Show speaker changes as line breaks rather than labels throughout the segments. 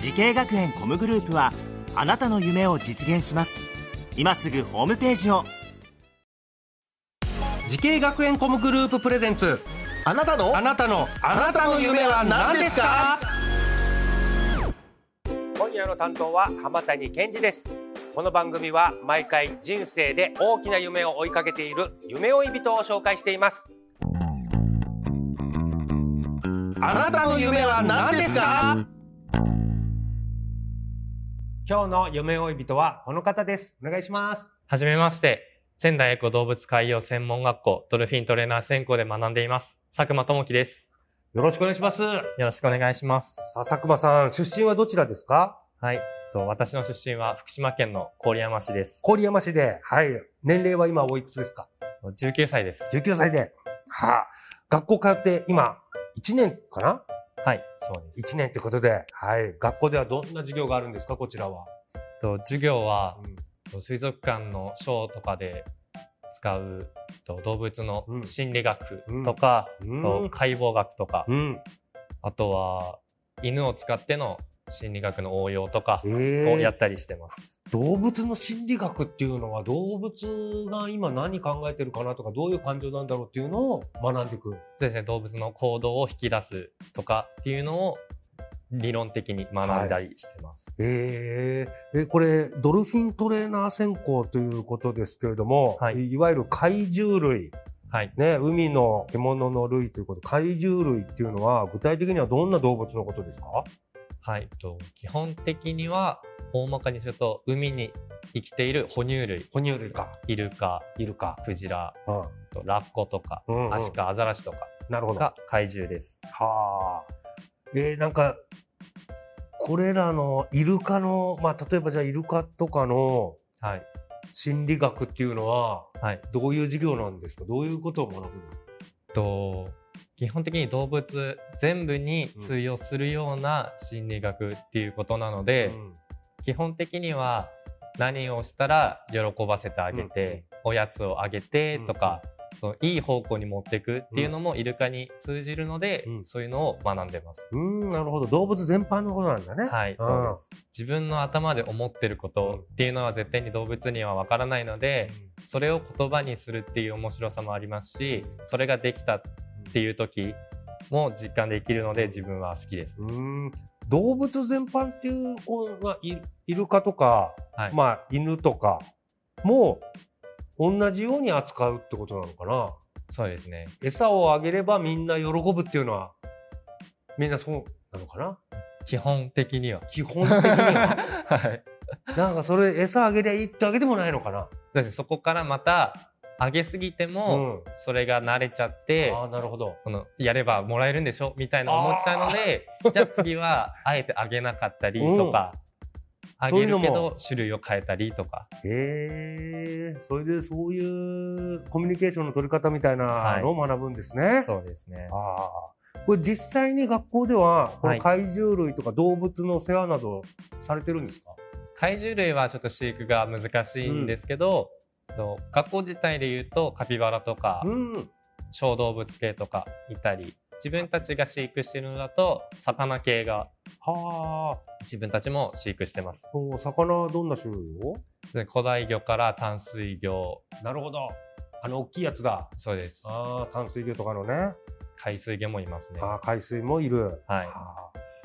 時系学園コムグループはあなたの夢を実現します今すぐホームページを
時系学園コムグループプレゼンツ
あなたの
あなたのあなたの夢は何ですか
今夜の担当は浜谷健二ですこの番組は毎回人生で大きな夢を追いかけている夢追い人を紹介しています
あなたの夢は何ですか
今日の夢追い人はこの方ですお願いします
はじめまして。仙台エコ動物海洋専門学校ドルフィントレーナー専攻で学んでいます。佐久間智樹です。
よろしくお願いしますさ
よろしくお願いします。
あ佐久間さん出身はどちらですか
はい。えっと私の出身は福島県の郡山市です。
郡山市ではい年齢は今おいくつですか
19歳です。
19歳ではあ学校通って今1年かな
はい、そうです。え
1年ってことではい学校ではどんな授業があるんですかこちらは、
っと授業は
うん
えっと水族館のショーとかで使うえっと動物の
うん
心理学とか、
う
えっ
ん
と解剖学とか、
うん
あとは犬を使っての心理学の応用とか
え
をや
ー、
ったりしてます。
動物の心理学っていうのは動物が今何考えてるかなとかどういう感情なんだろうっていうのを学んでいく
そうですね、動物の行動を引き出すとかっていうのを理論的に学んだりしてます。
えー、えこれドルフィントレーナー専攻ということですけれども、
はい
い、いわゆる怪獣類
はい。
ね海の獣の類ということ怪獣類っていうのは具体的にはどんな動物のことですか
はい。と基本的には、大まかにすると、海に生きている哺乳類、
哺乳類か
イルカ、
イルカ、
クジラ、
うん
とラッコとか、
うんうん
アシカ、アザラシとか
なるほど
が怪獣です。
はあ。えーなんか、これらのイルカの、まあ、例えばじゃあイルカとかの
はい。
心理学っていうのは、
はい。
どういう授業なんですかどういうことを学ぶの
と基本的に動物全部に通用するような心理学っていうことなので、
うん
基本的には何をしたら喜ばせてあげて、おやつをあげてとか、そのいい方向に持っていくっていうのもイルカに通じるので、
うん
そういうのを学んでます。
うん、なるほど。動物全般のことなんだね。
はい、
うん
そうです。自分の頭で思ってることっていうのは絶対に動物にはわからないので、それを言葉にするっていう面白さもありますし、それができたっていう時も実感できるので自分は好きです。
うん、動物全般っていうのは、イイルカとか、
はい
まあ、犬とかも、同じように扱うってことなのかな
そうですね。
餌をあげればみんな喜ぶっていうのは、みんなそうなのかな
基本的には。
基本的には。
はい。
なんかそれ餌あげりゃいいってわけでもないのかな。
そうですねそこからまた上げすぎても、
ん。
それが慣れちゃって
ああ、なるほど。
このやればもらえるんでしょみたいな思っちゃうのでじゃあ次はあえて上げなかったりとか、あ
そうい
げ
うの
る
も
けど種類を変えたりとか
へえ、それでそういうコミュニケーションの取り方みたいなのを学ぶんですね。
そうですね
ああ。これ実際に学校では、こ
は
の
い
怪獣類とか動物の世話などされてるんですか、
怪獣類はちょっと飼育が難しいんですけど、と学校自体で言うとカピバラとか
うん。
小動物系とかいたり自分たちが飼育してるのだと魚系が
はあ。
自分たちも飼育してます
お魚はどんな種類を
で古代魚から淡水魚
なるほど。あの、大きいやつだ。
そうです
ああ、淡水魚とかのね。
海水魚もいますね。
あ
は
あ、海水もいる。
い。
はあ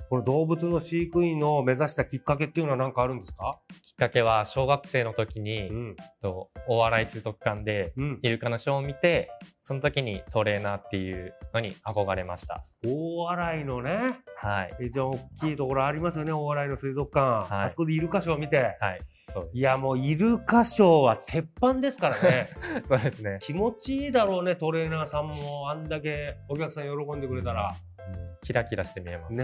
この動物の飼育員を目指したきっかけっていうのは何かあるんですか、
きっかけは小学生の時に、
ん
と大洗水族館で
うん、
イルカのショーを見て、その時にトレーナーっていうのに憧れました。
大洗のね
はい。
非常に大きいところありますよね大洗の水族館、
はい
あそこでイルカショーを見て
はい。そう
いやもうイルカショーは鉄板ですからね
そうですね。
気持ちいいだろうねトレーナーさんもあんだけお客さん喜んでくれたら
キラキラして見えます。
ね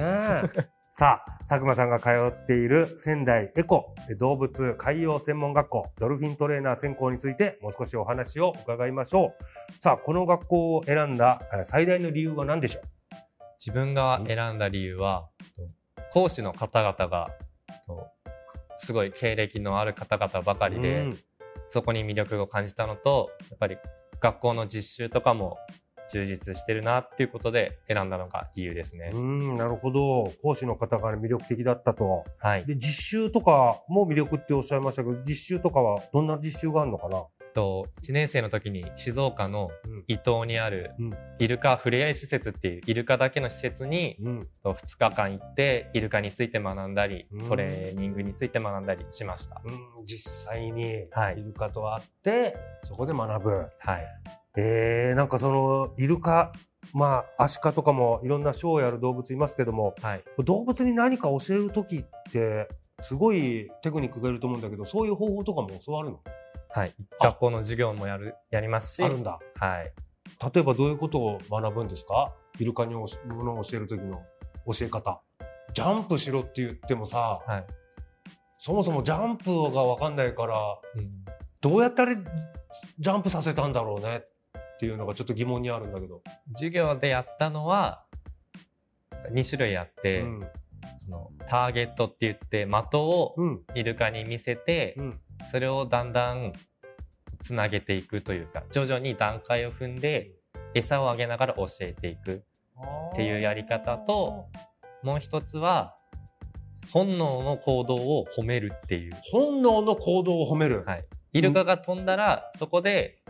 えさあ、佐久間さんが通っている仙台エコ動物海洋専門学校ドルフィントレーナー専攻についてもう少しお話を伺いましょう。さあ、この学校を選んだえ最大の理由は何でしょう
自分が選んだ理由は講師の方々がとすごい経歴のある方々ばかり
う
で、
ん
そこに魅力を感じたのとやっぱり学校の実習とかも充実してるなっていうことで選んだのが理由ですね。
うん、なるほど。講師の方が魅力的だったと。
はい、
で、実習とかも魅力っておっしゃいましたけど、実習とかはどんな実習があるのかな
と1年生の時に静岡の
うん
伊東にある
うん
イルカふれあい施設っていうイルカだけの施設に
うん。
と2日間行ってイルカについて学んだり
うん
トレーニングについて学んだりしました。
うん、実際にイ
はい
ルカと会って、そこで学ぶ。
はい、
えー、なんかそのイルカまあアシカとかもいろんなショーをやる動物いますけども
はい
動物に何か教える時ってすごいテクニックがいると思うんだけどそういう方法とかも教わるの
はい、学校の授業もやるやりますし
あるんだ
はい、
例えばどういうことを学ぶんですかイルカにおしものを教える時の教え方ジャンプしろって言ってもさ
はい
そもそもジャンプが分かんないから
うん
どうやったらジャンプさせたんだろうねっていうのがちょっと疑問にあるんだけど。
授業でやったのは2種類あって、
うん
そのターゲットって言って的を
うん
イルカに見せて、
うん
それをだんだんつなげていくというか徐々に段階を踏んで餌をあげながら教えていくっていうやり方ともう一つは本能の行動を褒めるっていう
本能の行動を褒める。
はいイルカが飛んだらそこで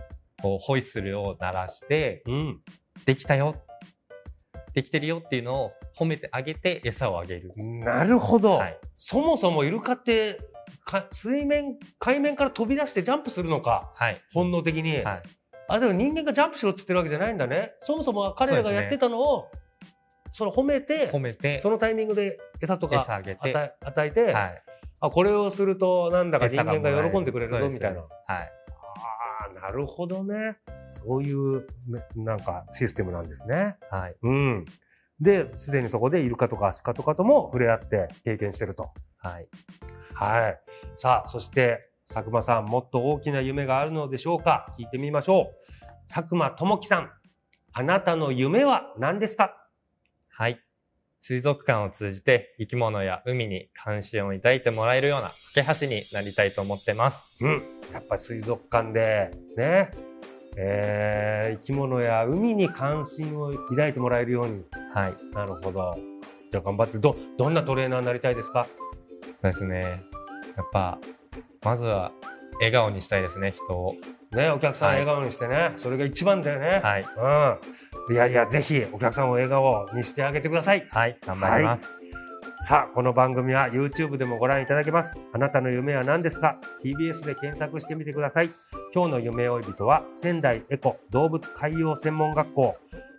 こうホイッスルを鳴らして
うん。
できたよできてるよっていうのを褒めてあげて餌をあげる。
なるほど、
はい
そもそもイルカってか水面海面から飛び出してジャンプするのか
はい、
本能的に、
はい、
あでも人間がジャンプしろっつってるわけじゃないんだねそもそも彼らが
そうですね
やってたのをそ,、の褒めて
褒めて
そのタイミングで餌と
餌
か
あげて、
与え与えて、
はい、
あこれをするとなんだか人
餌が
間
もら
が
え
喜んでくれる
そう
ぞ
です
みたいな
そうですはい、
あーなるほどねそういうねなんかシステムなんですね。
はい、
うん。で、すでにそこでイルカとかアシカとかとも触れ合って経験してると。
はい、
はい。さあ、そして佐久間さん、もっと大きな夢があるのでしょうか聞いてみましょう。佐久間智樹さん、あなたの夢は何ですか
はい。水族館を通じて生き物や海に関心を抱いてもらえるような架け橋になりたいと思ってます。
うん。やっぱり水族館で、ね。えー、生き物や海に関心を抱いてもらえるように。
はい、そ
なるほど。じゃあ頑張って、ど、どんなトレーナーになりたいですか
うですね。やっぱまずは笑顔にしたいですね、人を。
ね、お客さんを
はい
笑顔にしてね。それが一番だよね。
はい、
うん。いやいや、ぜひお客さんを笑顔にしてあげてください。
はい、頑張ります。
さあ、この番組は YouTube でもご覧いただけます。あなたの夢は何ですか ?TBS で検索してみてください。今日の夢追い人は仙台エコ動物海洋専門学校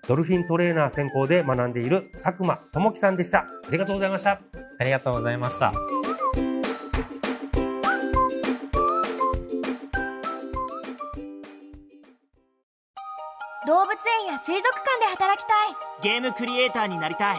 ドルフィントレーナー専攻で学んでいる佐久間智樹さんでした。ありがとうございました。
ありがとうございました。
動物園や水族館で働きたい
ゲームクリエイターになりたい